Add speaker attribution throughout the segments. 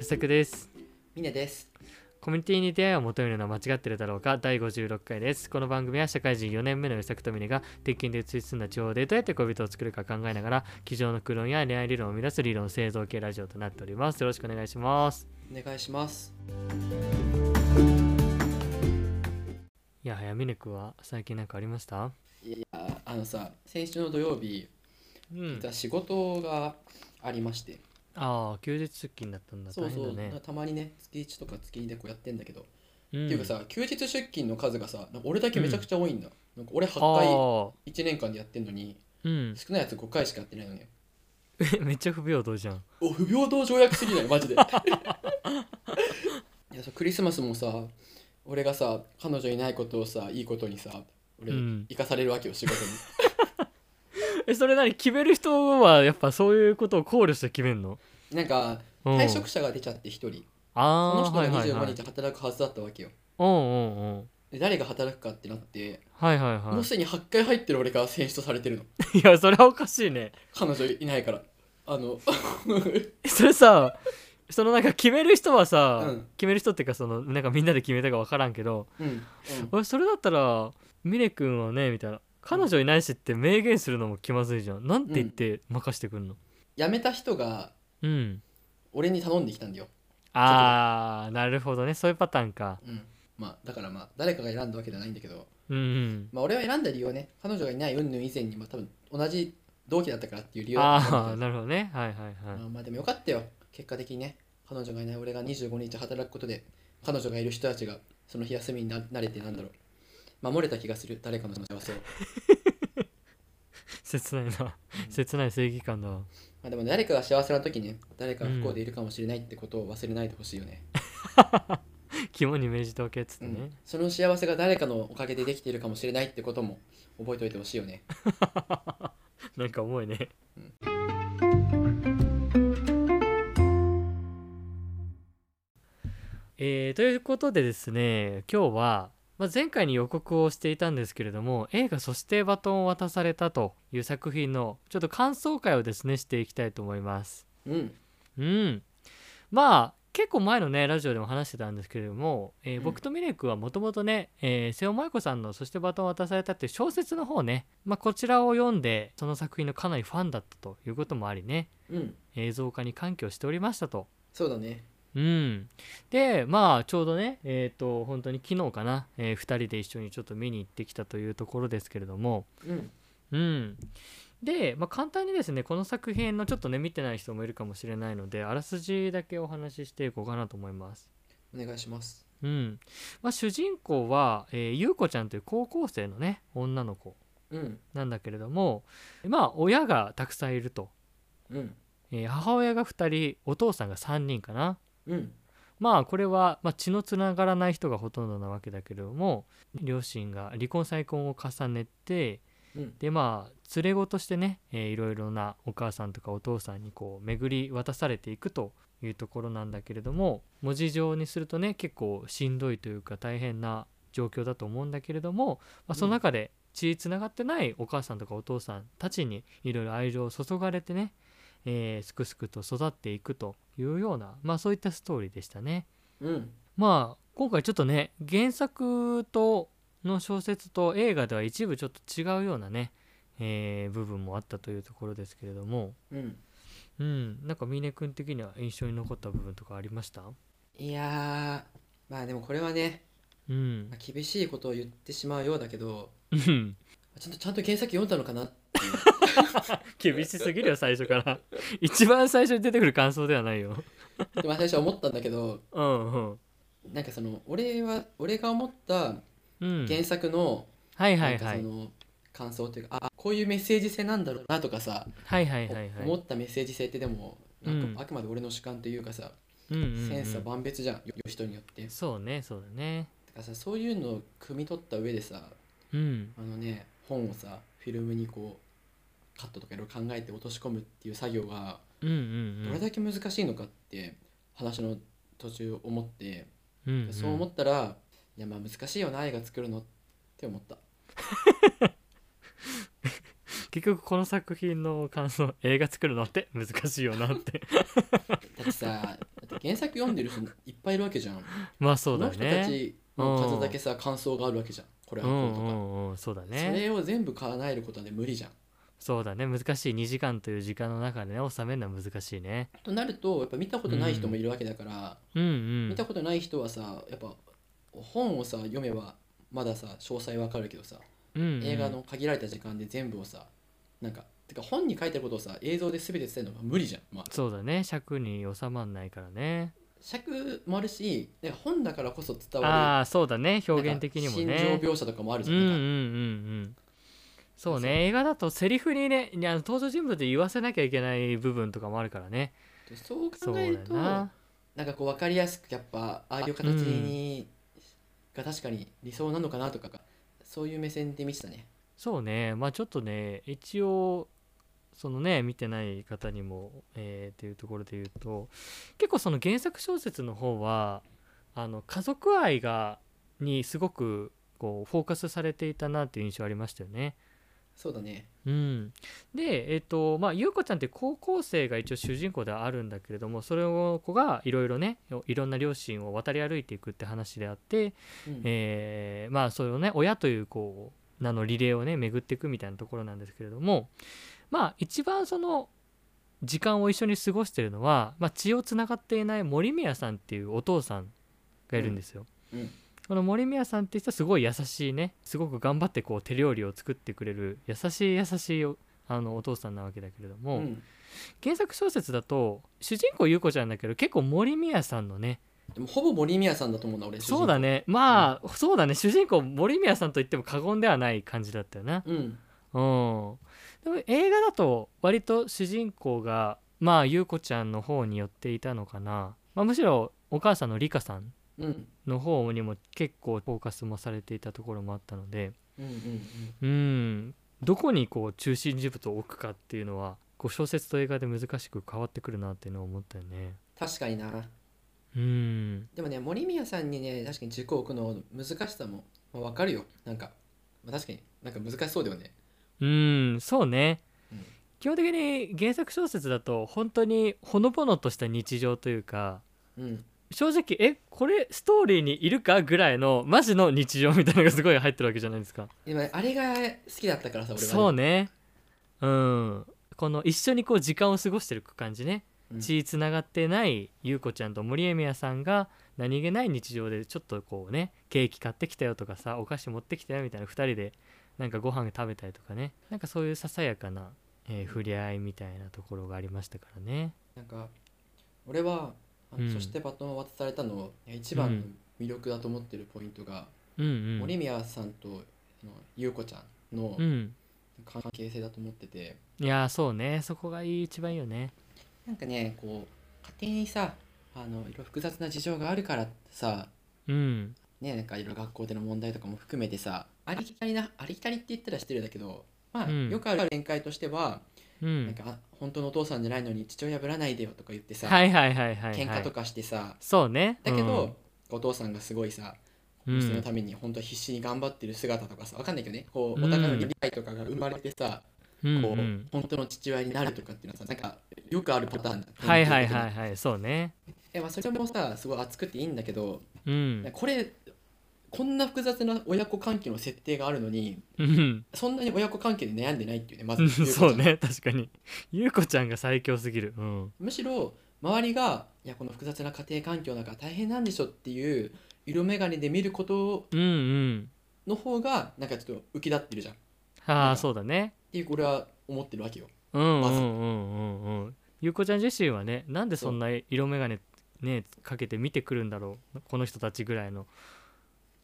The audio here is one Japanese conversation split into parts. Speaker 1: さくです
Speaker 2: ミネです。
Speaker 1: コミュニティに出会いを求めるのは間違ってるだろうか第56回ですこの番組は社会人4年目のうさくとミネが鉄筋で移り住んだ地方でどうやって恋人を作るか考えながら机上の苦論や恋愛理論を生み出す理論製造系ラジオとなっておりますよろしくお願いします
Speaker 2: お願いします。
Speaker 1: いやはやミネくんは最近なんかありました
Speaker 2: いや、あのさ、先週の土曜日、
Speaker 1: うん
Speaker 2: 実は仕事がありまして、
Speaker 1: ああ休日出勤だったんだ
Speaker 2: そ
Speaker 1: 大
Speaker 2: うそ
Speaker 1: 変
Speaker 2: う、
Speaker 1: だね
Speaker 2: たまにね、月1とか月2でこうやってんだけど、
Speaker 1: うん
Speaker 2: っていうかさ、休日出勤の数がさ、なんか俺だけめちゃくちゃ多いんだ。なんか俺
Speaker 1: あ
Speaker 2: 8回
Speaker 1: ー
Speaker 2: 1年間でやってんのに、
Speaker 1: うん
Speaker 2: 少ないやつ5回しかやってないのね。
Speaker 1: めっちゃ不平等じゃん
Speaker 2: お、不平等条約すぎない、 マジで。いやそうクリスマスもさ、俺がさ、彼女いないことをさ、いいことにさ、俺、
Speaker 1: うん
Speaker 2: 生かされるわけよ、仕事に。
Speaker 1: えそれ何決める人はやっぱそういうことを考慮して決めんの
Speaker 2: なんか、
Speaker 1: うん
Speaker 2: 退職者が出ちゃって1人。そ
Speaker 1: あ
Speaker 2: の
Speaker 1: あ
Speaker 2: 人
Speaker 1: はい
Speaker 2: が
Speaker 1: はいは
Speaker 2: 25
Speaker 1: い
Speaker 2: 日働くはずだったわけよ。
Speaker 1: うんうんうん
Speaker 2: で誰が働くかってなって、
Speaker 1: はいはいは
Speaker 2: もうすでに8回入ってる俺が選出されてるの。
Speaker 1: い。いや、それはおかしいね。
Speaker 2: 彼女いないから。あの、
Speaker 1: それさ、そのなんか決める人はさ、
Speaker 2: うん
Speaker 1: 決める人っていうか、そのなんかみんなで決めたか分からんけど、
Speaker 2: うん、うん
Speaker 1: 俺、それだったら、ミレ君はね、みたいな、彼女いないしって明言するのも気まずいじゃん。なんて言って任してくんの
Speaker 2: 辞めた人が
Speaker 1: うん。
Speaker 2: 俺に頼んできたんだよ。
Speaker 1: あー、なるほどね。そういうパターンか。
Speaker 2: うん。まあ、だからまあ、誰かが選んだわけじゃないんだけど、
Speaker 1: うんうん。
Speaker 2: まあ、俺は選んだ理由はね、彼女がいない云々以前に、まあ、多分同じ同期だったからっていう理由だったん
Speaker 1: あ
Speaker 2: だ
Speaker 1: ー、
Speaker 2: け
Speaker 1: なるほどね。はいはいはい。
Speaker 2: ど、まあ、まあでもよかったよ。結果的にね、彼女がいない俺が25日働くことで、彼女がいる人たちがその日休みにな慣れてなんだろう。守れた気がする、誰かの幸せを。
Speaker 1: 切ないな。切ない正義感だわ。
Speaker 2: まあ、でも誰かが幸せな時ね誰かが不幸でいるかもしれないってことを忘れないでほしいよね、
Speaker 1: 肝に銘じておけっつって
Speaker 2: う
Speaker 1: ね。
Speaker 2: んその幸せが誰かのおかげでできているかもしれないってことも覚えておいてほしいよね
Speaker 1: なんか重いね。えーということでですね今日は、まあ、前回に予告をしていたんですけれども映画「そしてバトンを渡された」という作品のちょっと感想会をですねしていきたいと思います。
Speaker 2: うん
Speaker 1: うん、まあ結構前のねラジオでも話してたんですけれども、えー
Speaker 2: うん
Speaker 1: 僕とミレイクはもともとね、えー瀬尾真由子さんの「そしてバトンを渡された」っていう小説の方ね、まあ、こちらを読んでその作品のかなりファンだったということもありね
Speaker 2: うん
Speaker 1: 映像化に関与しておりましたと。
Speaker 2: そうだね
Speaker 1: うん、でまあちょうどねえっ、と本当に昨日かな、え2人で一緒にちょっと見に行ってきたというところですけれども、
Speaker 2: うん
Speaker 1: うん、で、まあ、簡単にですねこの作品のちょっとね見てない人もいるかもしれないのであらすじだけお話ししていこうかなと思います。
Speaker 2: お願いします
Speaker 1: うんまあ、主人公は、えー、ゆうこちゃんという高校生のね女の子
Speaker 2: うん
Speaker 1: なんだけれどもまあ親がたくさんいると、
Speaker 2: うん
Speaker 1: えー母親が2人お父さんが3人かな。
Speaker 2: うん
Speaker 1: まあこれは、まあ、血のつながらない人がほとんどなわけだけれども両親が離婚再婚を重ねて
Speaker 2: うん
Speaker 1: でまあ連れ子としてね、えーいろいろなお母さんとかお父さんにこう巡り渡されていくというところなんだけれども文字上にするとね結構しんどいというか大変な状況だと思うんだけれども、まあ、その中で血つながってないお母さんとかお父さんたちにいろいろ愛情を注がれてね、えーすくすくと育っていくというような、まあ、そういったストーリーでしたね。
Speaker 2: うん
Speaker 1: まあ今回ちょっとね原作との小説と映画では一部ちょっと違うようなね、えー部分もあったというところですけれども
Speaker 2: うん
Speaker 1: うんなんか峰君的には印象に残った部分とかありました
Speaker 2: いやーまあでもこれはね
Speaker 1: うん
Speaker 2: まあ厳しいことを言ってしまうようだけど
Speaker 1: うん
Speaker 2: ちゃんとちゃんと原作読んだのかな
Speaker 1: 厳しすぎるよ最初から 一番最初に出てくる感想ではないよ
Speaker 2: ってまあ最初思ったんだけど
Speaker 1: うんうん
Speaker 2: なんかその俺は俺が思った
Speaker 1: うん
Speaker 2: 原作の、
Speaker 1: はいは
Speaker 2: ないんか
Speaker 1: は
Speaker 2: そ
Speaker 1: い
Speaker 2: の感想というかあこういうメッセージ性なんだろうなとかさ、
Speaker 1: はいはいはいはい
Speaker 2: 思ったメッセージ性ってでもなん
Speaker 1: うん
Speaker 2: かあくまで俺の主観というかさ、
Speaker 1: うんうんうん
Speaker 2: センスは万別じゃんよ人によってだ
Speaker 1: そうねそうだね
Speaker 2: からさそういうのを汲み取った上でさ
Speaker 1: うん
Speaker 2: あのね本をさフィルムにこうカットとかいろいろ考えて落とし込むっていう作業が
Speaker 1: うんうん
Speaker 2: ど
Speaker 1: う
Speaker 2: れ
Speaker 1: ん
Speaker 2: だけ難しいのかって話の途中思って、
Speaker 1: うんうん
Speaker 2: そう思ったらいやまあ難しいよな映画作るのって思った
Speaker 1: 結局この 作品の感想映画作るのって難しいよなって
Speaker 2: だってさだって原作読んでる人いっぱいいるわけじゃん。
Speaker 1: まあそうだ
Speaker 2: この人た
Speaker 1: ね
Speaker 2: ちの数だけさ、感想があるわけじゃん。これ
Speaker 1: う
Speaker 2: はこ
Speaker 1: ん
Speaker 2: うと
Speaker 1: う
Speaker 2: か、
Speaker 1: んうんそうだ
Speaker 2: そ
Speaker 1: ね
Speaker 2: れを全部叶えることはね無理じゃん。
Speaker 1: そうだね難しい2時間という時間の中でね収めるのは難しいね
Speaker 2: となるとやっぱ見たことない人もいるわけだから、
Speaker 1: うんう
Speaker 2: 見
Speaker 1: ん
Speaker 2: たことない人はさやっぱ本をさ読めばまださ詳細わかるけどさ
Speaker 1: うんうん
Speaker 2: 映画の限られた時間で全部をさなんかてか本に書いてあることをさ映像で全て伝えるのが無理じゃん、まあ、
Speaker 1: そうだね尺に収まんないからね
Speaker 2: 尺もあるしなんか本だからこそ伝わ
Speaker 1: ああそうだね
Speaker 2: る
Speaker 1: 表現的にも
Speaker 2: なんか
Speaker 1: ね
Speaker 2: 心情描写とかもあるじ
Speaker 1: う
Speaker 2: ゃ
Speaker 1: ん
Speaker 2: ん,
Speaker 1: うんう
Speaker 2: なんんか、
Speaker 1: うんそう
Speaker 2: そう
Speaker 1: ね映画だとセリフにねいや登場人物で言わせなきゃいけない部分とかもあるからね
Speaker 2: そう
Speaker 1: そう
Speaker 2: 考
Speaker 1: だ
Speaker 2: え
Speaker 1: よ
Speaker 2: るとな
Speaker 1: なん
Speaker 2: かこう分かりやすくやっぱああいう形に、が確かに理想なのかなとかがそういう目線で見てたね
Speaker 1: そうねまあちょっとね一応そのね見てない方にも、えーっていうところで言うと結構その原作小説の方はあの家族愛がにすごくこうフォーカスされていたなっていう印象ありましたよね。
Speaker 2: そうだね
Speaker 1: うん、でえっ、とまあ優子ちゃんって高校生が一応主人公ではあるんだけれどもそれを子がいろいろねいろんな両親を渡り歩いていくって話であって、
Speaker 2: うん
Speaker 1: えーまあそれをね親というこう名のリレーをね巡っていくみたいなところなんですけれどもまあ一番その時間を一緒に過ごしてるのは、まあ、血をつながっていない森宮さんっていうお父さんがいるんですよ。
Speaker 2: うん
Speaker 1: この森宮さんって人はすごい優しいねすごく頑張ってこう手料理を作ってくれる優しい優しいおあのお父さんなわけだけれど
Speaker 2: う
Speaker 1: も、
Speaker 2: ん
Speaker 1: 原作小説だと主人公優子ちゃんだけど結構森宮さんのね
Speaker 2: でもほぼ森宮さんだと思うな俺
Speaker 1: そうだ
Speaker 2: ね
Speaker 1: ねまあ、そうだね主人公森宮さんと言っても過言ではない感じだったよな
Speaker 2: うん
Speaker 1: うん、でも映画だと割と主人公がまあ優子ちゃんの方に寄っていたのかな、まあ、むしろお母さんのリカさん
Speaker 2: うん
Speaker 1: の方にも結構フォーカスもされていたところもあったので
Speaker 2: うんうんう
Speaker 1: う
Speaker 2: ん
Speaker 1: んどこにこう中心人物を置くかっていうのはこう小説と映画で難しく変わってくるなっていうのを思ったよね。
Speaker 2: 確かにな
Speaker 1: うん
Speaker 2: でもね森宮さんにね確かに軸を置くの難しさも、まあ、分かるよなんか、まあ、確かになんか難しそうだよね
Speaker 1: うんそうね、
Speaker 2: うん
Speaker 1: 基本的に原作小説だと本当にほのぼのとした日常というか
Speaker 2: うん
Speaker 1: 正直えこれストーリーにいるかぐらいのマジの日常みたいなのがすごい入ってるわけじゃないですか。
Speaker 2: でもねあれが好きだったからさ俺はね、
Speaker 1: そうねうんこの一緒にこう時間を過ごしてる感じね
Speaker 2: うん
Speaker 1: 血つながってない優子ちゃんと森江宮さんが何気ない日常でちょっとこうねケーキ買ってきたよとかさお菓子持ってきたよみたいな2人でなんかご飯食べたりとかねなんかそういうささやかな、えー触れ合いみたいなところがありましたからね
Speaker 2: なんか俺はあ
Speaker 1: う
Speaker 2: の、
Speaker 1: ん
Speaker 2: そしてバトンを渡されたの一番の魅力だと思ってるポイントが、
Speaker 1: うんう
Speaker 2: 森
Speaker 1: ん
Speaker 2: 宮さんとあの優子ちゃんの
Speaker 1: うん
Speaker 2: 関係性だと思ってて、
Speaker 1: いやーそうねそこがいい一番いいよね
Speaker 2: なんかねこう家庭にさあのいろいろ複雑な事情があるからさ
Speaker 1: うん
Speaker 2: ねなんかいろいろ学校での問題とかも含めてさありきたりなありきたりって言ったらしてるだけどまあ、
Speaker 1: うん
Speaker 2: よくある展開としては、
Speaker 1: う
Speaker 2: なん
Speaker 1: ん
Speaker 2: かあ本当のお父さんじゃないのに父親ぶらないでよとか言ってさ、
Speaker 1: はいはいはいはい、はい、
Speaker 2: 喧嘩とかしてさ
Speaker 1: そうね
Speaker 2: だけど、お父さんがすごいさ
Speaker 1: うん
Speaker 2: 娘のために本当必死に頑張ってる姿とかさわかんないけどねこう
Speaker 1: うん
Speaker 2: お互いの理解とかが生まれてさ、
Speaker 1: うん
Speaker 2: こう
Speaker 1: うん
Speaker 2: 本当の父親になるとかっていうのはさなんかよくあるパターンだ
Speaker 1: はいはいはいはいそうね
Speaker 2: えまあ、それもさすごい熱くていいんだけど
Speaker 1: うん
Speaker 2: これこんな複雑な親子関係の設定があるのに
Speaker 1: うん
Speaker 2: そんなに親子関係で悩んでないっていうねま
Speaker 1: うん
Speaker 2: ず
Speaker 1: そうね確かに優子ちゃんが最強すぎるうん
Speaker 2: むしろ周りがいやこの複雑な家庭環境だから大変なんでしょっていう色眼鏡で見ること
Speaker 1: うんうん
Speaker 2: の方がなんかちょっと浮き立ってるじゃんっ
Speaker 1: あ
Speaker 2: な
Speaker 1: あ
Speaker 2: ん
Speaker 1: ー
Speaker 2: か
Speaker 1: そうだね
Speaker 2: ていう俺は思ってるわけよ
Speaker 1: うんうんう
Speaker 2: まず
Speaker 1: んうんうん優子ちゃん自身はねなんでそんな色眼鏡ねかけて見てくるんだろうこの人たちぐらいの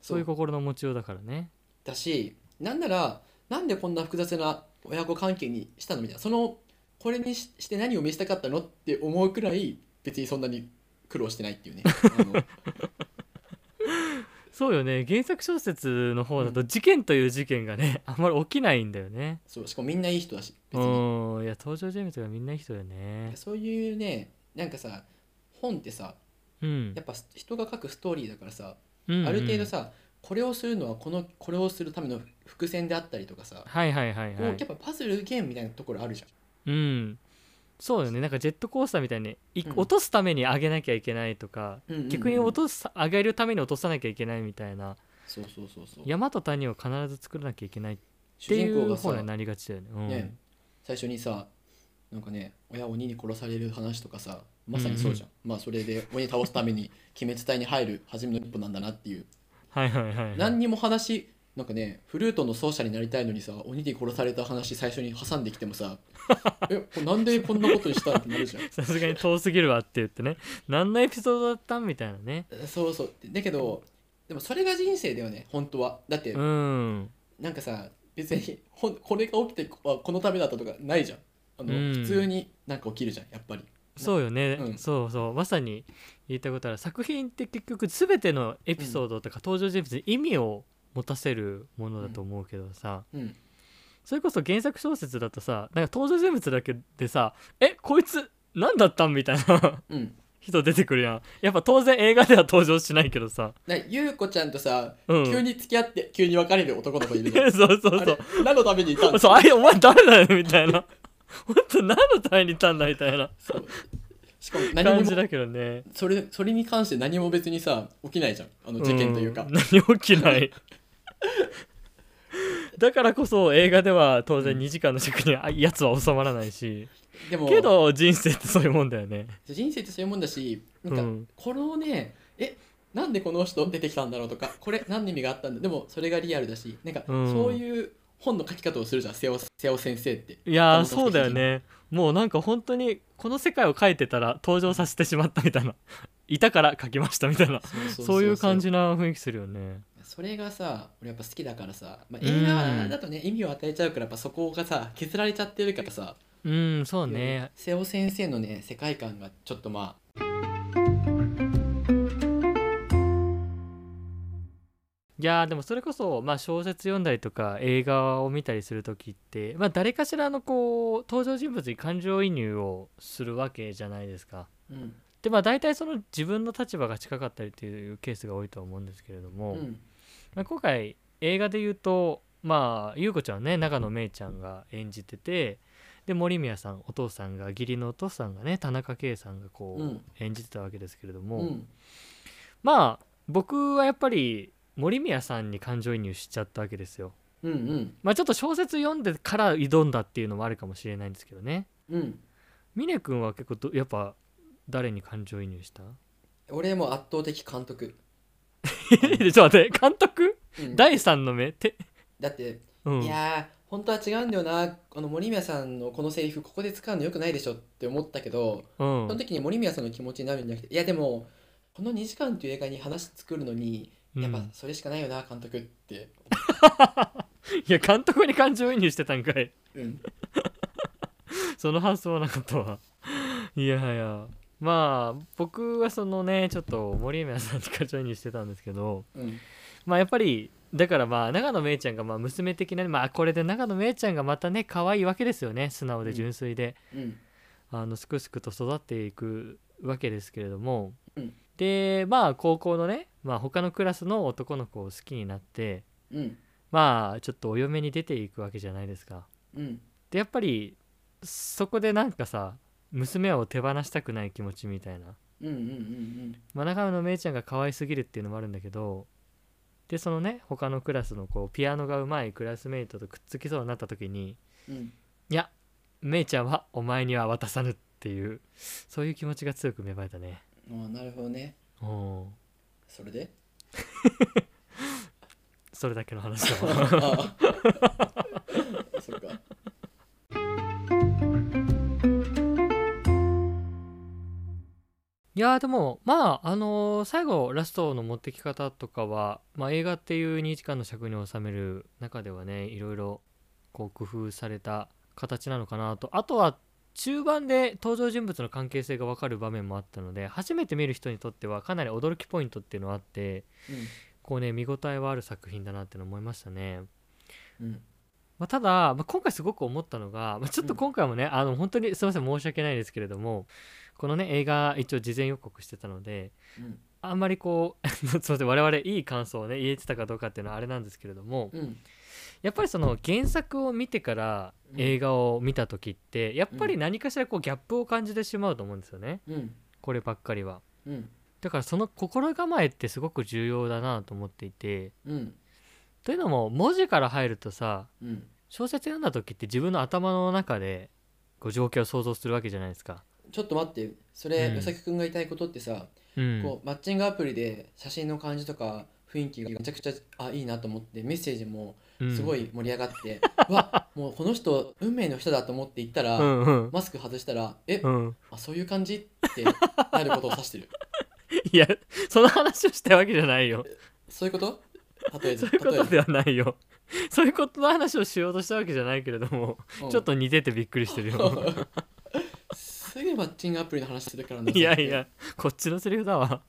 Speaker 1: そういう
Speaker 2: そう
Speaker 1: 心の持ちようだからね
Speaker 2: だしなんならなんでこんな複雑な親子関係にしたのみたいなそのこれにしして何を見せたかったのって思うくらい別にそんなに苦労してないっていうねあ の
Speaker 1: そうよね原作小説の方だと事件という事件がねあんまり起きないんだよね
Speaker 2: そうしかもみんないい人だし別
Speaker 1: う
Speaker 2: に。
Speaker 1: んいや登場人物がみんないい人だよね
Speaker 2: そういうねなんかさ本ってさ
Speaker 1: うん
Speaker 2: やっぱす人が書くストーリーだからさ、
Speaker 1: うんうん
Speaker 2: ある程度さこれをするのはこのこれをするための伏線であったりとかさ、
Speaker 1: はいはいはい
Speaker 2: こ
Speaker 1: は
Speaker 2: う
Speaker 1: い
Speaker 2: やっぱパズルゲームみたいなところあるじゃ
Speaker 1: う
Speaker 2: ん
Speaker 1: んそうよねなんかジェットコースターみたいにい
Speaker 2: うん
Speaker 1: 落とすために上げなきゃいけないとか、
Speaker 2: うんうんうん
Speaker 1: 逆に落とす上げるために落とさなきゃいけないみたいな
Speaker 2: そうそうそうそう
Speaker 1: 山と谷を必ず作らなきゃいけないっ
Speaker 2: 主
Speaker 1: てい
Speaker 2: 人公
Speaker 1: う
Speaker 2: が
Speaker 1: 方
Speaker 2: さ
Speaker 1: になりがちだよね。うん
Speaker 2: ね、最初にさなんかね親鬼に殺される話とかさまさにそうじゃん、まあそれで鬼倒すために鬼滅隊に入る初めの一歩なんだなっていう
Speaker 1: はいはいはい、はい
Speaker 2: 何にも話なんかねフルートの奏者になりたいのにさ鬼に殺された話最初に挟んできて もさえこれなんでこんなことにしたってなるじゃん
Speaker 1: さすがに遠すぎるわって言ってね何のエピソードだったんみたいなね
Speaker 2: そうそうだけどでもそれが人生だよね本当はだって
Speaker 1: うん
Speaker 2: なんかさ別にほんこれが起きてここのためだったとかないじゃんあの、
Speaker 1: うん
Speaker 2: 普通になんか起きるじゃんやっぱり
Speaker 1: そうよね、
Speaker 2: うん
Speaker 1: そうそうまさに言いたいことある作品って結局全てのエピソードとか登場人物に意味を持たせるものだと思うけどさ、
Speaker 2: うん
Speaker 1: それこそ原作小説だとさなんか登場人物だけでさ「えこいつ何だったん?」みたいな
Speaker 2: うん
Speaker 1: 人出てくるやんやっぱ当然映画では登場しないけどさ、
Speaker 2: なゆうこちゃんとさ、
Speaker 1: うん、
Speaker 2: 急に付き合って急に別れる男の子いるじゃん
Speaker 1: そうそう そ
Speaker 2: あ
Speaker 1: う
Speaker 2: れ何のためにいたん
Speaker 1: そう、あれ、お前誰だよ、みたいな。 本当何のためにいたんだ、みたいな
Speaker 2: そうしかも何
Speaker 1: 感
Speaker 2: に
Speaker 1: じ
Speaker 2: も
Speaker 1: だけどね。
Speaker 2: それそれに関して何も別にさ起きないじゃんあの事件というか、
Speaker 1: ん何起きない。 だからこそ映画では当然2時間の尺にあやつは収まらないし
Speaker 2: でも
Speaker 1: けど人生ってそういうもんだよね
Speaker 2: 人生ってそういうもんだしなんか、
Speaker 1: うん
Speaker 2: このねえなんでこの人出てきたんだろうとかこれ何の意味があったんだでもそれがリアルだしなんか、
Speaker 1: うん
Speaker 2: そういう本の書き方をするじゃん瀬尾瀬尾先生って
Speaker 1: いやー
Speaker 2: 本当に
Speaker 1: そうだよねもうなんか本当にこの世界を描いてたら登場させてしまったみたいない たから描きましたみたいな
Speaker 2: そ
Speaker 1: そういう感じな雰囲気するよね
Speaker 2: それがさ俺やっぱ好きだからさ、まあ、
Speaker 1: うん
Speaker 2: 映画だとね、意味を与えちゃうからやっぱそこがさ削られちゃってるからさ
Speaker 1: うんそうね
Speaker 2: 瀬尾先生のね世界観がちょっとまあ
Speaker 1: いやーでもそれこそ、まあ、小説読んだりとか映画を見たりする時って、まあ、誰かしらのこう登場人物に感情移入をするわけじゃないですか。
Speaker 2: うん、
Speaker 1: でまあ大体その自分の立場が近かったりっていうケースが多いとは思うんですけれど
Speaker 2: う
Speaker 1: も、
Speaker 2: ん、
Speaker 1: まあ、今回映画で言うとまあ優子ちゃんね永野芽郁ちゃんが演じててで森宮さんお父さんが義理のお父さんがね田中圭さんがこ
Speaker 2: う
Speaker 1: うん演じてたわけですけれど
Speaker 2: う
Speaker 1: も、
Speaker 2: ん、
Speaker 1: まあ僕はやっぱり森宮さんに感情移入しちゃったわけですよ。
Speaker 2: うんうん
Speaker 1: まあちょっと小説読んでから挑んだっていうのもあるかもしれないんですけどね。
Speaker 2: うん
Speaker 1: 峰君は結構どやっぱ誰に感情移入した
Speaker 2: 俺も圧倒的監督、
Speaker 1: ちょっと待って監督
Speaker 2: うん、だ
Speaker 1: 第三の目って、
Speaker 2: って、
Speaker 1: うん、
Speaker 2: いやー本当は違うんだよなあの森宮さんのこのセリフここで使うのよくないでしょって思ったけど
Speaker 1: うん、
Speaker 2: その時に森宮さんの気持ちになるんじゃなくていやでもこの2時間という映画に話作るのにやっ
Speaker 1: う
Speaker 2: ぱ
Speaker 1: ん
Speaker 2: それしかないよな監督って、
Speaker 1: いや監督に感情移入してたんかい
Speaker 2: うん、
Speaker 1: その発想はなかったわ いやはやまあ僕はそのねちょっと森宮さんに感情移入してたんですけど
Speaker 2: うん
Speaker 1: まあやっぱりだからまあ長野めいちゃんがまあ娘的なまあこれで長野めいちゃんがまたね可愛いわけですよね素直で純粋で、
Speaker 2: うん
Speaker 1: あのすくすくと育っていくわけですけれども、
Speaker 2: うん
Speaker 1: でまあ高校のね、まあ、他のクラスの男の子を好きになって
Speaker 2: うん
Speaker 1: まあちょっとお嫁に出ていくわけじゃないですか。
Speaker 2: うん
Speaker 1: でやっぱりそこでなんかさ娘を手放したくない気持ちみたいな、
Speaker 2: うんうんうん
Speaker 1: まあ、中のめいちゃんが可愛すぎるっていうのもあるんだけどでそのね他のクラスのこうピアノがうまいクラスメイトとくっつきそうになった時に
Speaker 2: うんうん
Speaker 1: いやめいちゃんはお前には渡さぬっていうそういう気持ちが強く芽生えたね。
Speaker 2: ああなるほどね
Speaker 1: おー
Speaker 2: そ れで
Speaker 1: それだけの話だわ
Speaker 2: ああそっか
Speaker 1: いやーでもまああのー最後ラストの持ってき方とかは、まあ、映画っていう2時間の尺に収める中ではねいろいろこう工夫された形なのかなとあとは中盤で登場人物の関係性が分かる場面もあったので初めて見る人にとってはかなり驚きポイントっていうのがあってこうね見応えはある作品だなっての思いましたね。
Speaker 2: うんうん
Speaker 1: まあ、ただ、まあ、今回すごく思ったのが、まあ、ちょっと
Speaker 2: うん
Speaker 1: 今回もね、あの本当にすみません申し訳ないですけれどもこのね映画一応事前予告してたので
Speaker 2: うん
Speaker 1: あんまりこうすみません我々いい感想をね言えてたかどうかっていうのはあれなんですけれども、
Speaker 2: うん
Speaker 1: やっぱりその原作を見てから
Speaker 2: うん
Speaker 1: 映画を見た時ってやっぱり何かしらこうギャップを感じてしまうと思うんですよね
Speaker 2: うん
Speaker 1: こればっかりは
Speaker 2: うん
Speaker 1: だからその心構えってすごく重要だなと思っていて
Speaker 2: うん
Speaker 1: というのも文字から入るとさ
Speaker 2: うん
Speaker 1: 小説読んだ時って自分の頭の中でこう状況を想像するわけじゃないですか。
Speaker 2: ちょっと待ってそれ
Speaker 1: うん
Speaker 2: 与崎、くん、君が言いたいことってさ、
Speaker 1: うん、
Speaker 2: こうマッチングアプリで写真の感じとか雰囲気がめちゃくちゃあいいなと思ってメッセージも
Speaker 1: うん
Speaker 2: すごい盛り上 がって、うわもうこの人運命の人だと思って行ったら、
Speaker 1: うんうん
Speaker 2: マスク外したらえ、
Speaker 1: うん、
Speaker 2: あそういう感じってなることを指 してる
Speaker 1: いやその話をしたいわけじゃないよ
Speaker 2: そういうこと例え
Speaker 1: そ
Speaker 2: ず
Speaker 1: ういうこ
Speaker 2: 例え
Speaker 1: と
Speaker 2: ば
Speaker 1: ではないよ そういうことの話をしようとしたわけじゃないけれども、
Speaker 2: うん
Speaker 1: ちょっと似ててびっくりしてるよ
Speaker 2: すぐマッチングアプリの話するから な。
Speaker 1: いやいやこっちのセリフだわ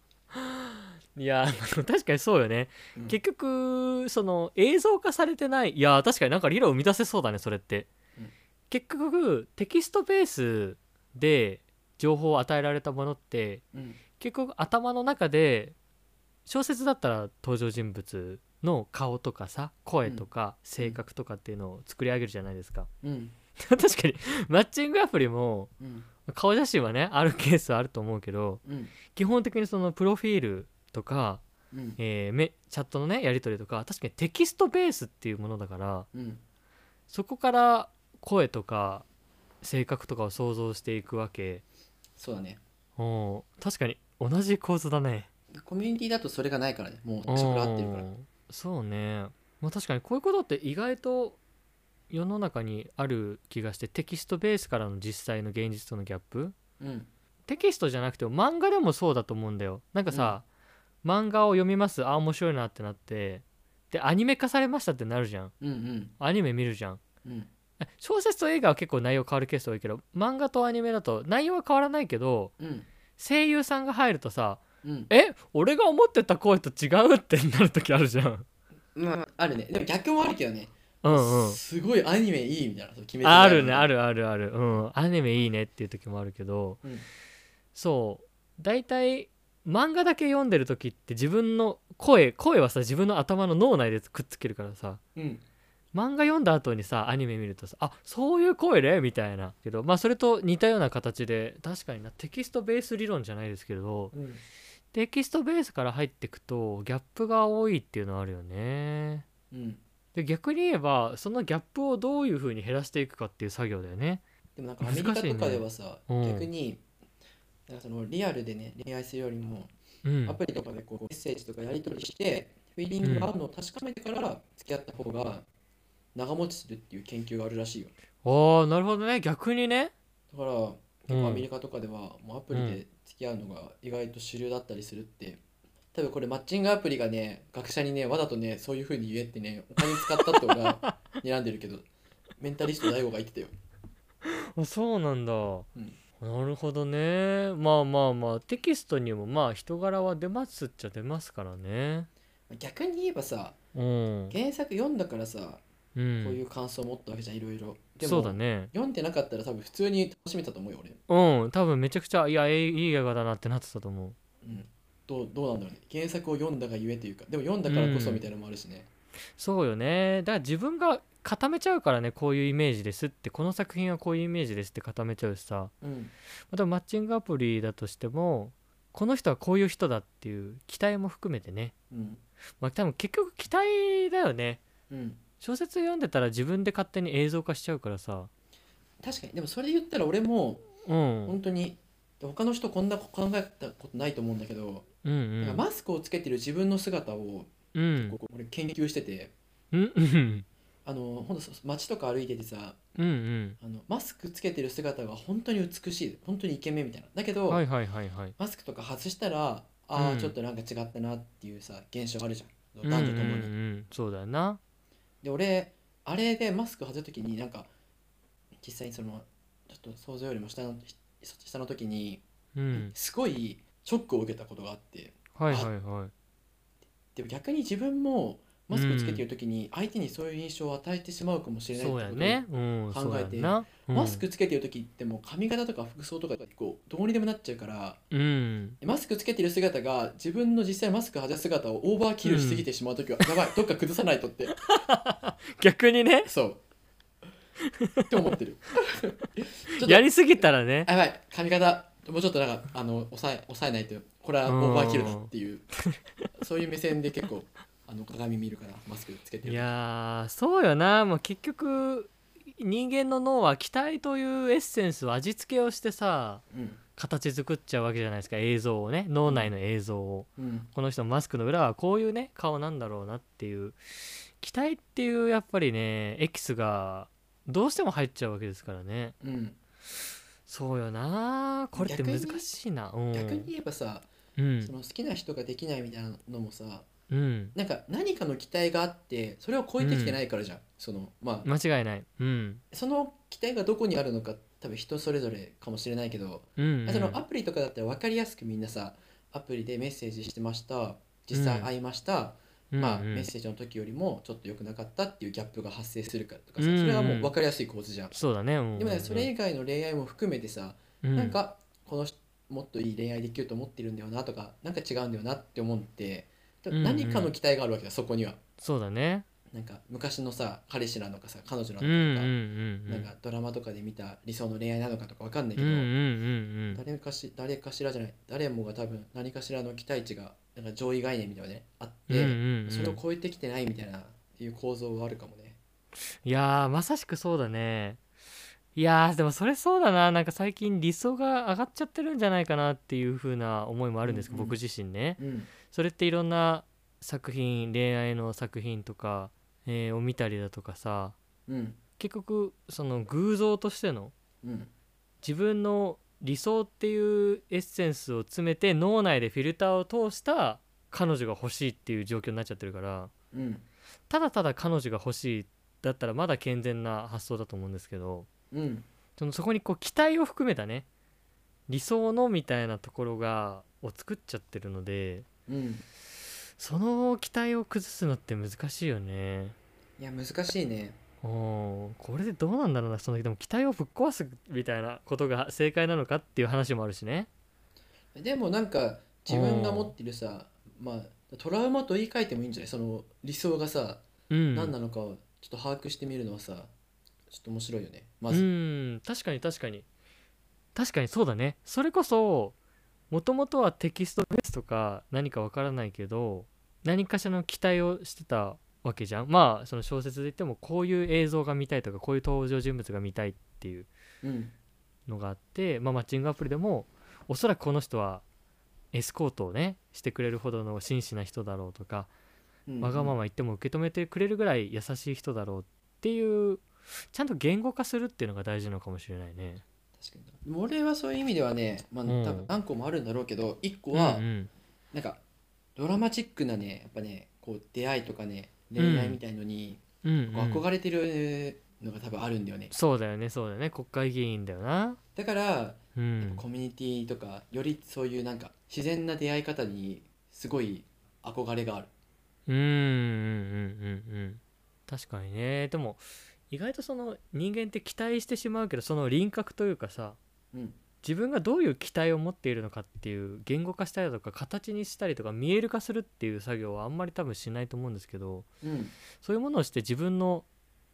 Speaker 1: いや確かにそうよね、
Speaker 2: うん
Speaker 1: 結局その映像化されてないいや確かになんか理論生み出せそうだねそれって、
Speaker 2: うん
Speaker 1: 結局テキストベースで情報を与えられたものって
Speaker 2: うん。
Speaker 1: 結局頭の中で小説だったら登場人物の顔とかさ声とか性格とかっていうのを作り上げるじゃないですか、
Speaker 2: うん。
Speaker 1: 確かにマッチングアプリも
Speaker 2: うん。
Speaker 1: 顔写真はねあるケースはあると思うけど
Speaker 2: うん。
Speaker 1: 基本的にそのプロフィールとか、
Speaker 2: うん。
Speaker 1: えーめチャットのねやり取りとか確かにテキストベースっていうものだから
Speaker 2: うん。
Speaker 1: そこから声とか性格とかを想像していくわけ
Speaker 2: そうだね。
Speaker 1: うん確かに同じ構図だね
Speaker 2: コミュニティだとそれがないからね。もうそこら合ってるから
Speaker 1: う。んそうね、まあ、確かにこういうことって意外と世の中にある気がしてテキストベースからの実際の現実とのギャップ
Speaker 2: うん。
Speaker 1: テキストじゃなくても漫画でもそうだと思うんだよなんかさ、漫画を読みますあ面白いなってなってでアニメ化されましたってなるじゃん
Speaker 2: うん。うん。
Speaker 1: アニメ見るじゃん
Speaker 2: うん。
Speaker 1: え小説と映画は結構内容変わるケース多いけど漫画とアニメだと内容は変わらないけど
Speaker 2: うん。
Speaker 1: 声優さんが入るとさ
Speaker 2: うん。
Speaker 1: え俺が思ってた声と違うってなる時あるじゃん
Speaker 2: まあ、あるね。でも逆もあるけどね。
Speaker 1: うんうん
Speaker 2: すごいアニメいいみたいな。そう決め
Speaker 1: あるねあ
Speaker 2: る。
Speaker 1: るあるあるうんアニメいいねっていう時もあるけど
Speaker 2: うん。
Speaker 1: そう大体漫画だけ読んでる時って自分の声声はさ自分の頭の脳内でくっつけるからさ
Speaker 2: うん。
Speaker 1: 漫画読んだ後にさアニメ見るとさあそういう声ねみたいなけどまあそれと似たような形で確かになテキストベース理論じゃないですけれど
Speaker 2: うん。
Speaker 1: テキストベースから入ってくとギャップが多いっていうのはあるよね
Speaker 2: うん。
Speaker 1: で逆に言えばそのギャップをどういう風に減らしていくかっていう作業だよね
Speaker 2: でもなんかアメリカとかでは
Speaker 1: 難
Speaker 2: さ、
Speaker 1: しいねうん
Speaker 2: 逆に、なんかそのリアルでね、恋愛するよりも、
Speaker 1: うん
Speaker 2: アプリとかでこうメッセージとかやり取りしてフィーリングがあるのを確かめてから付き合った方が長持ちするっていう研究があるらしいよ
Speaker 1: ああなるほどね逆にね
Speaker 2: だから結
Speaker 1: うん
Speaker 2: 構アメリカとかではもうアプリで付き合うのが意外と主流だったりするって多分これマッチングアプリがね学者にねわざとねそういう風に言えってねお金使ったって 俺は睨んでるけどメンタリスト大悟が言ってたよ
Speaker 1: あそうなんだ、
Speaker 2: ん
Speaker 1: なるほどねまあまあまあテキストにもまあ人柄は出ますっちゃ出ますからね
Speaker 2: 逆に言えばさ
Speaker 1: うん、
Speaker 2: 原作読んだからさ
Speaker 1: う
Speaker 2: こうい
Speaker 1: ん、
Speaker 2: う感想を持ったわけじゃんいろいろで
Speaker 1: そうだ
Speaker 2: も
Speaker 1: ね
Speaker 2: 読んでなかったら多分普通に楽しめたと思うよ俺
Speaker 1: うん多分めちゃくちゃいやえいい映画だなってなってたと思う
Speaker 2: うん、どうどうなんだろうね原作を読んだがゆえというかでも読んだからこそみたいなのもあるしね、
Speaker 1: そうよねだから自分が固めちゃうからねこういうイメージですってこの作品はこういうイメージですって固めちゃうしさ
Speaker 2: うん
Speaker 1: またマッチングアプリだとしてもこの人はこういう人だっていう期待も含めてね
Speaker 2: うん
Speaker 1: まあ多分結局期待だよね
Speaker 2: うん、
Speaker 1: 小説読んでたら自分で勝手に映像化しちゃうからさ
Speaker 2: 確かにでもそれで言ったら俺も
Speaker 1: うんうん
Speaker 2: 本当に、他の人こんな考えたことないと思うんだけど、
Speaker 1: う
Speaker 2: なんか
Speaker 1: ん
Speaker 2: マスクをつけてる自分の姿を
Speaker 1: うん
Speaker 2: こう俺研究してて
Speaker 1: うんうん
Speaker 2: あのほんとそう街とか歩いててさ
Speaker 1: うん
Speaker 2: あのマスクつけてる姿が本当に美しい本当にイケメンみたいなだけ
Speaker 1: う
Speaker 2: ど、
Speaker 1: んはいはいはいはい
Speaker 2: マスクとか外したらああ、
Speaker 1: うん
Speaker 2: ちょっとなんか違ったなっていうさ現象あるじゃん
Speaker 1: うん
Speaker 2: 男女ともに。
Speaker 1: うんうんそうだよな
Speaker 2: で俺あれでマスク外す時になんか実際にそのちょっと想像よりも下のひ下の時に
Speaker 1: うん
Speaker 2: すごいショックを受けたことがあって
Speaker 1: はいはいはい
Speaker 2: でも逆に自分もマスクつけてる時に相手にそういう印象を与えてしまうかもしれないって
Speaker 1: そう
Speaker 2: こと
Speaker 1: や
Speaker 2: で
Speaker 1: ね、うん、
Speaker 2: 考
Speaker 1: そう
Speaker 2: え
Speaker 1: や
Speaker 2: て
Speaker 1: んな、うん、
Speaker 2: マスクつけてる時ってもう髪型とか服装とかこうどうにでもなっちゃうから
Speaker 1: うん
Speaker 2: マスクつけてる姿が自分の実際マスク外す姿をオーバーキルしすぎてしまう時は、やばいどっか崩さない とって
Speaker 1: 逆にね
Speaker 2: そうって思 ってるちょっと
Speaker 1: やりすぎたらね
Speaker 2: やばい髪型もうちょっとなんかあの抑え抑えないとこれはオーバーキルだっ ていうそういう目線で結構あの鏡見るからマスクつけて
Speaker 1: い
Speaker 2: る
Speaker 1: やーそうよなもう結局人間の脳は気体というエッセンスを味付けをしてさ
Speaker 2: うん
Speaker 1: 形作っちゃうわけじゃないですか映像をね脳内の映像を
Speaker 2: うん
Speaker 1: この人のマスクの裏はこういうね顔なんだろうなっていう気体っていうやっぱりねエキスがどうしても入っちゃうわけですからね
Speaker 2: うん
Speaker 1: そうよなこれって
Speaker 2: 逆
Speaker 1: 難
Speaker 2: に
Speaker 1: しいなうん
Speaker 2: 逆に言えばさ、
Speaker 1: うん
Speaker 2: その好きな人ができないみたいなのもさ
Speaker 1: うん
Speaker 2: なんか何かの期待があってそれを超えてきてないからじゃん、そのまあ、
Speaker 1: 間違いないうん
Speaker 2: その期待がどこにあるのか多分人それぞれかもしれないけど、
Speaker 1: うんうん
Speaker 2: そのアプリとかだったら分かりやすくみんなさアプリでメッセージしてました実際会いました、まあ、
Speaker 1: うんうん
Speaker 2: メッセージの時よりもちょっと良くなかったっていうギャップが発生するからとか
Speaker 1: う
Speaker 2: さ
Speaker 1: んうん
Speaker 2: それはもう分かりやすい構図じゃん。
Speaker 1: そうだねうん
Speaker 2: でもねそれ以外の恋愛も含めてさ、
Speaker 1: うん
Speaker 2: なんかこの人もっといい恋愛できると思ってるんだよなとかなんか違うんだよなって思って多分何かの期待があるわけだそこには。
Speaker 1: そうだね
Speaker 2: なんか昔のさ彼氏なのかさ彼女なのか
Speaker 1: う
Speaker 2: と
Speaker 1: ん
Speaker 2: か、
Speaker 1: うんうんう
Speaker 2: なん
Speaker 1: ん
Speaker 2: かドラマとかで見た理想の恋愛なのかとかわかんないけ
Speaker 1: うん
Speaker 2: ど、
Speaker 1: うんうんうん
Speaker 2: 誰かし誰かしらじゃない誰もが多分何かしらの期待値がなんか上位概念みたいなのがねあって、
Speaker 1: うんうんうん
Speaker 2: それを超えてきてないみたいなっていう構造はあるかもね。
Speaker 1: いやーまさしくそうだねいやーでもそれそうだななんか最近理想が上がっちゃってるんじゃないかなっていう風な思いもあるんですけど、
Speaker 2: うんうん
Speaker 1: 僕自身ね
Speaker 2: うん
Speaker 1: それっていろんな作品恋愛の作品とか、えーを見たりだとかさ
Speaker 2: うん
Speaker 1: 結局その偶像としての
Speaker 2: うん
Speaker 1: 自分の理想っていうエッセンスを詰めて脳内でフィルターを通した彼女が欲しいっていう状況になっちゃってるから
Speaker 2: うん
Speaker 1: ただただ彼女が欲しいだったらまだ健全な発想だと思うんですけど
Speaker 2: うん
Speaker 1: そのそこにこう期待を含めたね理想のみたいなところがを作っちゃってるので
Speaker 2: うん
Speaker 1: その期待を崩すのって難しいよね。
Speaker 2: いや難しいね。
Speaker 1: うんこれでどうなんだろうなそのでも期待をぶっ壊すみたいなことが正解なのかっていう話もあるしね。
Speaker 2: でもなんか自分が持ってるさ、まあトラウマと言い換えてもいいんじゃないその理想がさ、
Speaker 1: うん、
Speaker 2: 何なのかをちょっと把握してみるのはさちょっと面白いよね。ま
Speaker 1: う
Speaker 2: ず、
Speaker 1: ん確かに確かに確かにそうだねそれこそもともとはテキストですとか何かわからないけど何かしらの期待をしてたわけじゃんまあその小説で言ってもこういう映像が見たいとかこういう登場人物が見たいっていう
Speaker 2: うん
Speaker 1: のがあって、まあ、マッチングアプリでもおそらくこの人はエスコートをねしてくれるほどの真摯な人だろうとか
Speaker 2: うん
Speaker 1: わがまま言っても受け止めてくれるぐらい優しい人だろうっていうちゃんと言語化するっていうのが大事なのかもしれないね。
Speaker 2: 確かに俺はそういう意味ではね、まあ、
Speaker 1: うん
Speaker 2: 多分何個もあるんだろうけど1個は
Speaker 1: うんうん
Speaker 2: なんかドラマチックなねやっぱねこう出会いとかね恋愛みたいのに
Speaker 1: うんうん
Speaker 2: こう憧れてるのが多分あるんだよね、
Speaker 1: そうだよねそうだよね国会議員だよな
Speaker 2: だから
Speaker 1: う
Speaker 2: やっぱ
Speaker 1: ん
Speaker 2: コミュニティとかよりそういうなんか自然な出会い方にすごい憧れがある
Speaker 1: うんうんうんうんうん確かにねでも意外とその人間って期待してしまうけどその輪郭というかさ
Speaker 2: うん
Speaker 1: 自分がどういう期待を持っているのかっていう言語化したりだとか形にしたりとか見える化するっていう作業はあんまり多分しないと思うんですけど
Speaker 2: うん
Speaker 1: そういうものをして自分の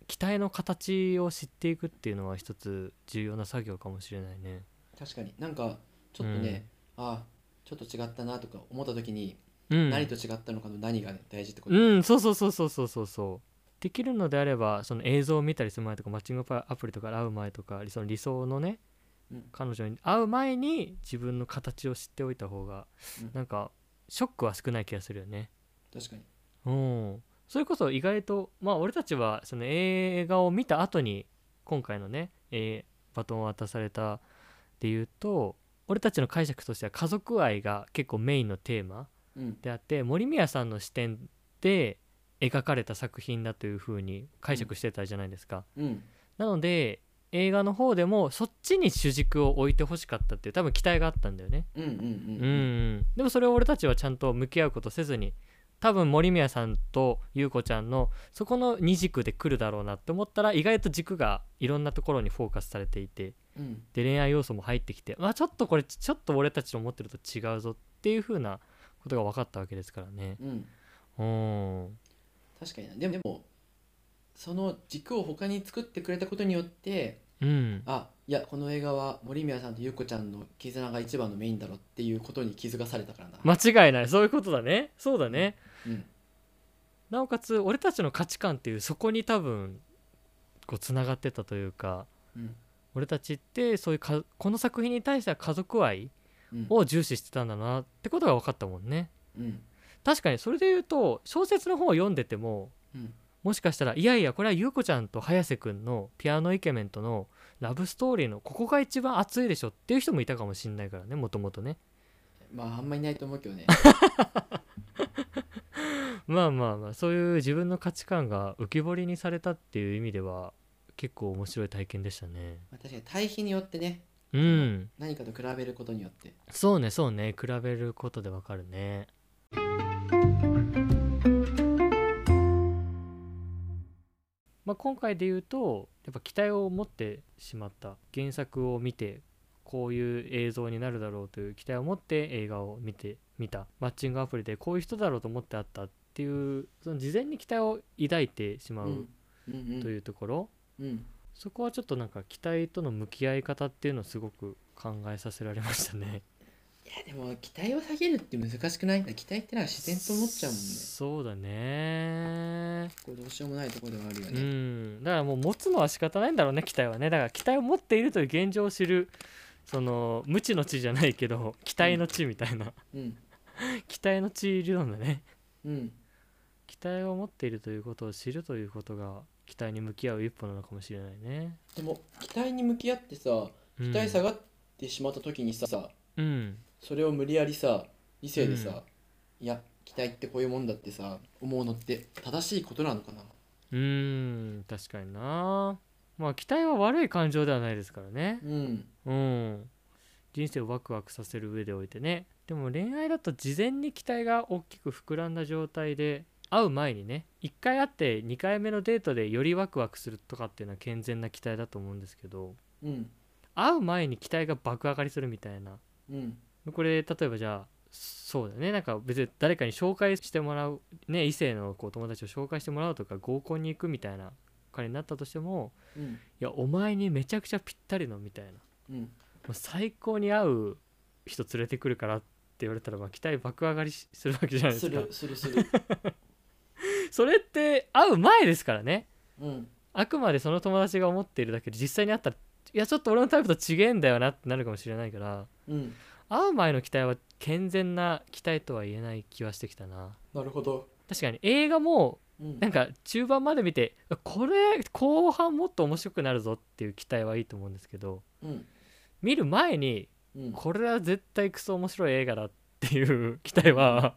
Speaker 1: 期待の形を知っていくっていうのは一つ重要な作業かもしれないね。
Speaker 2: 確かになんかちょっとね、ああちょっと違ったなとか思った時に
Speaker 1: うん、
Speaker 2: 何と違ったのかの何がね大事ってこと、
Speaker 1: うんそうそうそうそうそうそうそうできるのであればその映像を見たりする前とかマッチングアプリとかで会う前とかその理想のね、
Speaker 2: うん
Speaker 1: 彼女に会う前に自分の形を知っておいた方が、
Speaker 2: うん
Speaker 1: なんかショックは少ない気がするよね
Speaker 2: 確かに
Speaker 1: うんそれこそ意外とまあ俺たちはその映画を見た後に今回のね、えーバトンを渡されたでいうと俺たちの解釈としては家族愛が結構メインのテーマ、
Speaker 2: うん
Speaker 1: であって森宮さんの視点で描かれた作品だというふうに解釈してたじゃないですか、
Speaker 2: うん
Speaker 1: なので映画の方でもそっちに主軸を置いてほしかったっていう多分期待があったんだよね
Speaker 2: うんうんうん
Speaker 1: うん、でもそれを俺たちはちゃんと向き合うことせずに多分森宮さんと優子ちゃんのそこの2軸で来るだろうなって思ったら意外と軸がいろんなところにフォーカスされていて
Speaker 2: うん
Speaker 1: で恋愛要素も入ってきて、まあ、ちょっとこれちちょっと俺たちの思ってると違うぞっていう風なことが分かったわけですからね。
Speaker 2: うん
Speaker 1: うん
Speaker 2: 確かになでもでもその軸を他に作ってくれたことによって
Speaker 1: うん、
Speaker 2: あいやこの映画は森宮さんと優子ちゃんの絆が一番のメインだろっていうことに気づかされたからな、
Speaker 1: 間違いないそういうことだねそうだね
Speaker 2: うん、
Speaker 1: なおかつ俺たちの価値観っていうそこに多分こうつながってたというか
Speaker 2: うん
Speaker 1: 俺たちってそういうかこの作品に対しては家族愛
Speaker 2: うん
Speaker 1: を重視してたんだなってことが分かったもんね
Speaker 2: うん
Speaker 1: 確かにそれで言うと小説の方を読んでても
Speaker 2: うん
Speaker 1: もしかしたらいやいやこれは優子ちゃんと早瀬くんのピアノイケメンとのラブストーリーのここが一番熱いでしょっていう人もいたかもしんないからねもともとね
Speaker 2: まああんまりないと思 うけどね
Speaker 1: まあまあまあそういう自分の価値観が浮き彫りにされたっていう意味では結構面白い体験でしたね
Speaker 2: まあ確かに対比によってね
Speaker 1: うん
Speaker 2: 何かと比べることによって
Speaker 1: そうねそうね比べることでわかるねまあ今回で言うとやっぱ期待を持ってしまった原作を見てこういう映像になるだろうという期待を持って映画を見てみたマッチングアプリでこういう人だろうと思ってあったっていうその事前に期待を抱いてし
Speaker 2: う
Speaker 1: ま
Speaker 2: ん
Speaker 1: う
Speaker 2: うん
Speaker 1: というところ、
Speaker 2: うんうん
Speaker 1: そこはちょっとなんか期待との向き合い方っていうのをすごく考えさせられましたね。
Speaker 2: いやでも期待を下げるって難しくない期待ってのは 自然と思っちゃうもんね
Speaker 1: そうだね。
Speaker 2: これどうしようもないところではあるよ
Speaker 1: う
Speaker 2: ね、
Speaker 1: ん。だからもう持つのは仕方ないんだろうね期待はね。だから期待を持っているという現状を知るその無知の知じゃないけど期待の知みたいな、
Speaker 2: うん
Speaker 1: 期待の知理論だね。
Speaker 2: うん
Speaker 1: 期待を持っているということを知るということが期待に向き合う一歩なのかもしれないね。
Speaker 2: でも期待に向き合ってさ
Speaker 1: うん
Speaker 2: 期待下がってしまった時にさ、
Speaker 1: うん。
Speaker 2: それを無理やりさ理性でさ、いや期待ってこういうもんだってさ思うのって正しいことなのかな
Speaker 1: うーん確かになまあ期待は悪い感情ではないですからね
Speaker 2: うん
Speaker 1: うん人生をワクワクさせる上でおいてねでも恋愛だと事前に期待が大きく膨らんだ状態で会う前にね1回会って2回目のデートでよりワクワクするとかっていうのは健全な期待だと思うんですけど
Speaker 2: うん
Speaker 1: 会う前に期待が爆上がりするみたいな
Speaker 2: うん
Speaker 1: これ例えばじゃあそうだねなんか別に誰かに紹介してもらう、ね、異性のこう友達を紹介してもらうとか合コンに行くみたいな彼になったとしても
Speaker 2: うん
Speaker 1: いやお前にめちゃくちゃぴったりのみたいなも
Speaker 2: うん
Speaker 1: う最高に合う人連れてくるからって言われたらまあ期待爆上がりしするわけじゃないですすか
Speaker 2: るするする
Speaker 1: それって会う前ですからね
Speaker 2: うん
Speaker 1: あくまでその友達が思っているだけで実際に会ったらいやちょっと俺のタイプと違えんだよなってなるかもしれないから
Speaker 2: うん
Speaker 1: 会う前の期待は健全な期待とは言えない気はしてきたな
Speaker 2: なるほど
Speaker 1: 確かに映画も
Speaker 2: うん
Speaker 1: なんか中盤まで見てこれ後半もっと面白くなるぞっていう期待はいいと思うんですけど
Speaker 2: うん
Speaker 1: 見る前に
Speaker 2: うん
Speaker 1: これは絶対クソ面白い映画だっていう 期待は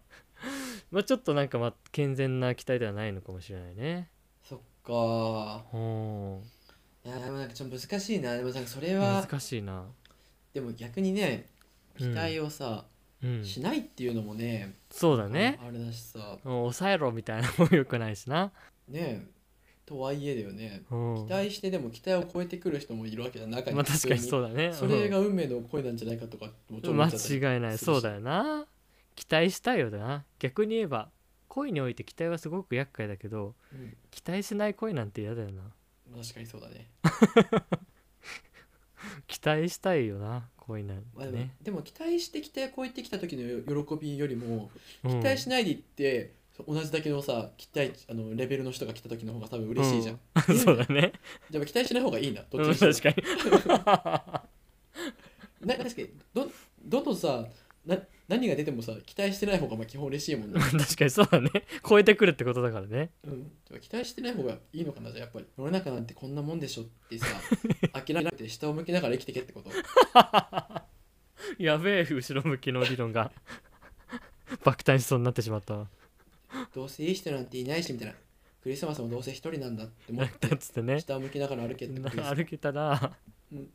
Speaker 1: まあちょっとなんかまあ健全な期待ではないのかもしれないね。
Speaker 2: そっか
Speaker 1: うん
Speaker 2: いやでもなんかちょっと難しいなでもなんかそれは
Speaker 1: 難しいな。
Speaker 2: でも逆にね
Speaker 1: う
Speaker 2: 期
Speaker 1: ん
Speaker 2: 待をさ、
Speaker 1: うん、
Speaker 2: しないっていうのもね
Speaker 1: そうだね。
Speaker 2: あれだしさ
Speaker 1: うん抑えろみたいなのもよくないしな。
Speaker 2: ねとはいえだよね
Speaker 1: うん
Speaker 2: 期待してでも期待を超えてくる人もいるわけだ中に
Speaker 1: まあ確かにそううだね。
Speaker 2: それが運命の恋なんじゃないかとかもち
Speaker 1: う
Speaker 2: ろ
Speaker 1: ん
Speaker 2: ん
Speaker 1: 間
Speaker 2: 思っちゃったり
Speaker 1: 違いない
Speaker 2: する
Speaker 1: そ
Speaker 2: し
Speaker 1: うだよな。期待したいよな。逆に言えば恋において期待はすごく厄介だけど
Speaker 2: うん
Speaker 1: 期待しない恋なんて嫌だよな
Speaker 2: 確かにそうだね、
Speaker 1: 期待したいよな恋なん
Speaker 2: まあ
Speaker 1: て
Speaker 2: でも
Speaker 1: ね、
Speaker 2: でも期待して期待を超えてきた時の喜びよりも
Speaker 1: うん
Speaker 2: 期待しないでいって、同じだけのさ期待あのレベルの人が来た時の方が多分嬉しいじゃん、
Speaker 1: うん そうだね
Speaker 2: でも期待しない方がいいなど
Speaker 1: う
Speaker 2: っ
Speaker 1: ん
Speaker 2: ちに
Speaker 1: 確
Speaker 2: して
Speaker 1: かに
Speaker 2: もな確かにどどのさな何が出てもさ期待してない方がまあ基本嬉しいもんね、
Speaker 1: 確かに そうだね超えてくるってことだからね
Speaker 2: うん、でも期待してない方がいいのかなじゃあやっぱり世の中なんてこんなもんでしょっ てさ諦めて下を向きながら生きてけってこと
Speaker 1: やべえ後ろ向きの理論が爆誕しそうになってしまったわ
Speaker 2: どうせいい人なんていないしみたいなクリスマスもどうせ一人なんだって思
Speaker 1: な
Speaker 2: っ
Speaker 1: んだ
Speaker 2: て
Speaker 1: っつってね
Speaker 2: 下を向きながら歩けってことです
Speaker 1: 歩けたら、
Speaker 2: うん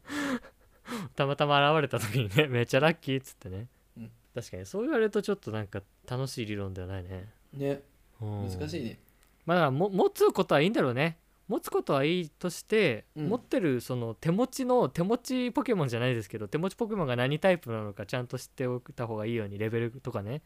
Speaker 1: たまたま現れた時に ねめっちゃラッキーっつってね、
Speaker 2: うん
Speaker 1: 確かにそう言われるとちょっとなんか楽しい理論ではないね
Speaker 2: ね
Speaker 1: うん
Speaker 2: 難しいね
Speaker 1: まあだからも持つことはいいんだろうね持つことはいいとして、
Speaker 2: うん
Speaker 1: 持ってるその手持ちの手持ちポケモンじゃないですけど手持ちポケモンが何タイプなのかちゃんと知っておいた方がいいようにレベルとかね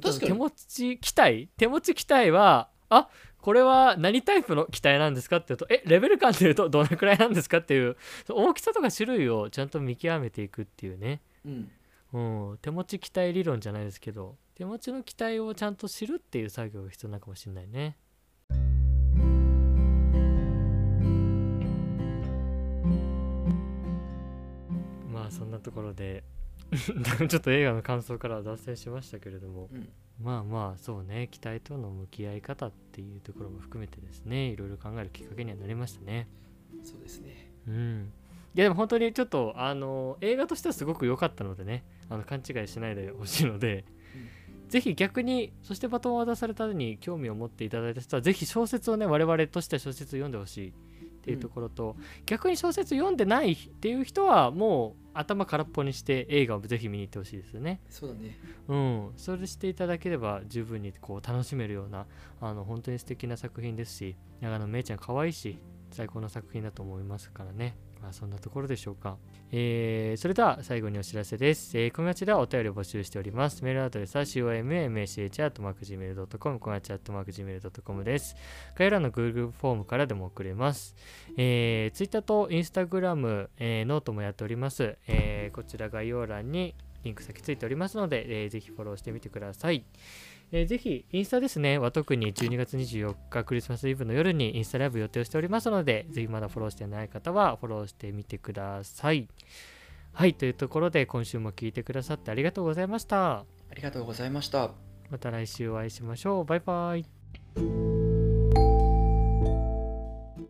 Speaker 2: 確か
Speaker 1: 手
Speaker 2: に
Speaker 1: 持ち機体手持ち機体はあこれは何タイプの機体なんですかって言うとえレベル感で言うとどのくらいなんですかっていう大きさとか種類をちゃんと見極めていくっていうね、
Speaker 2: うん
Speaker 1: うん、手持ち機体理論じゃないですけど手持ちの機体をちゃんと知るっていう作業が必要なのかもしれないね。まあそんなところで ちょっと映画の感想からは脱線しましたけれども
Speaker 2: うん
Speaker 1: まあまあそうね機体との向き合い方っていうところも含めてですねいろいろ考えるきっかけにはなりましたね
Speaker 2: そうですね
Speaker 1: うんいやでも本当にちょっとあの映画としてはすごく良かったのでねあの勘違いしないでほしいので、ぜひ逆にそしてバトンを渡されたのに興味を持っていただいた人はぜひ小説をね我々としては小説を読んでほしいっていうところと、逆に小説読んでないっていう人はもう頭空っぽにして映画をぜひ見に行ってほしいですよね。
Speaker 2: そうだね
Speaker 1: うん、それしていただければ十分にこう楽しめるようなあの本当に素敵な作品ですし長野めいちゃん可愛いし最高の作品だと思いますからね、まあ、そんなところでしょうか、えーそれでは最後にお知らせです、えー、コミヤチではお便りを募集しておりますメールアドレスは comach.gmail.com コミヤチ .gmail.com です概要欄の Google フォームからでも送れますえー、Twitter と Instagram、えーノートもやっております、えーこちら概要欄にリンク先ついておりますので、えーぜひフォローしてみてください。えーぜひ、インスタですね、は特に12月24日クリスマスイブの夜にインスタライブ予定をしておりますので、ぜひまだフォローしてない方はフォローしてみてください。はい、というところで今週も聞いてくださってありがとうございました。
Speaker 2: ありがとうございました
Speaker 1: また来週お会いしましょう。バイバイ。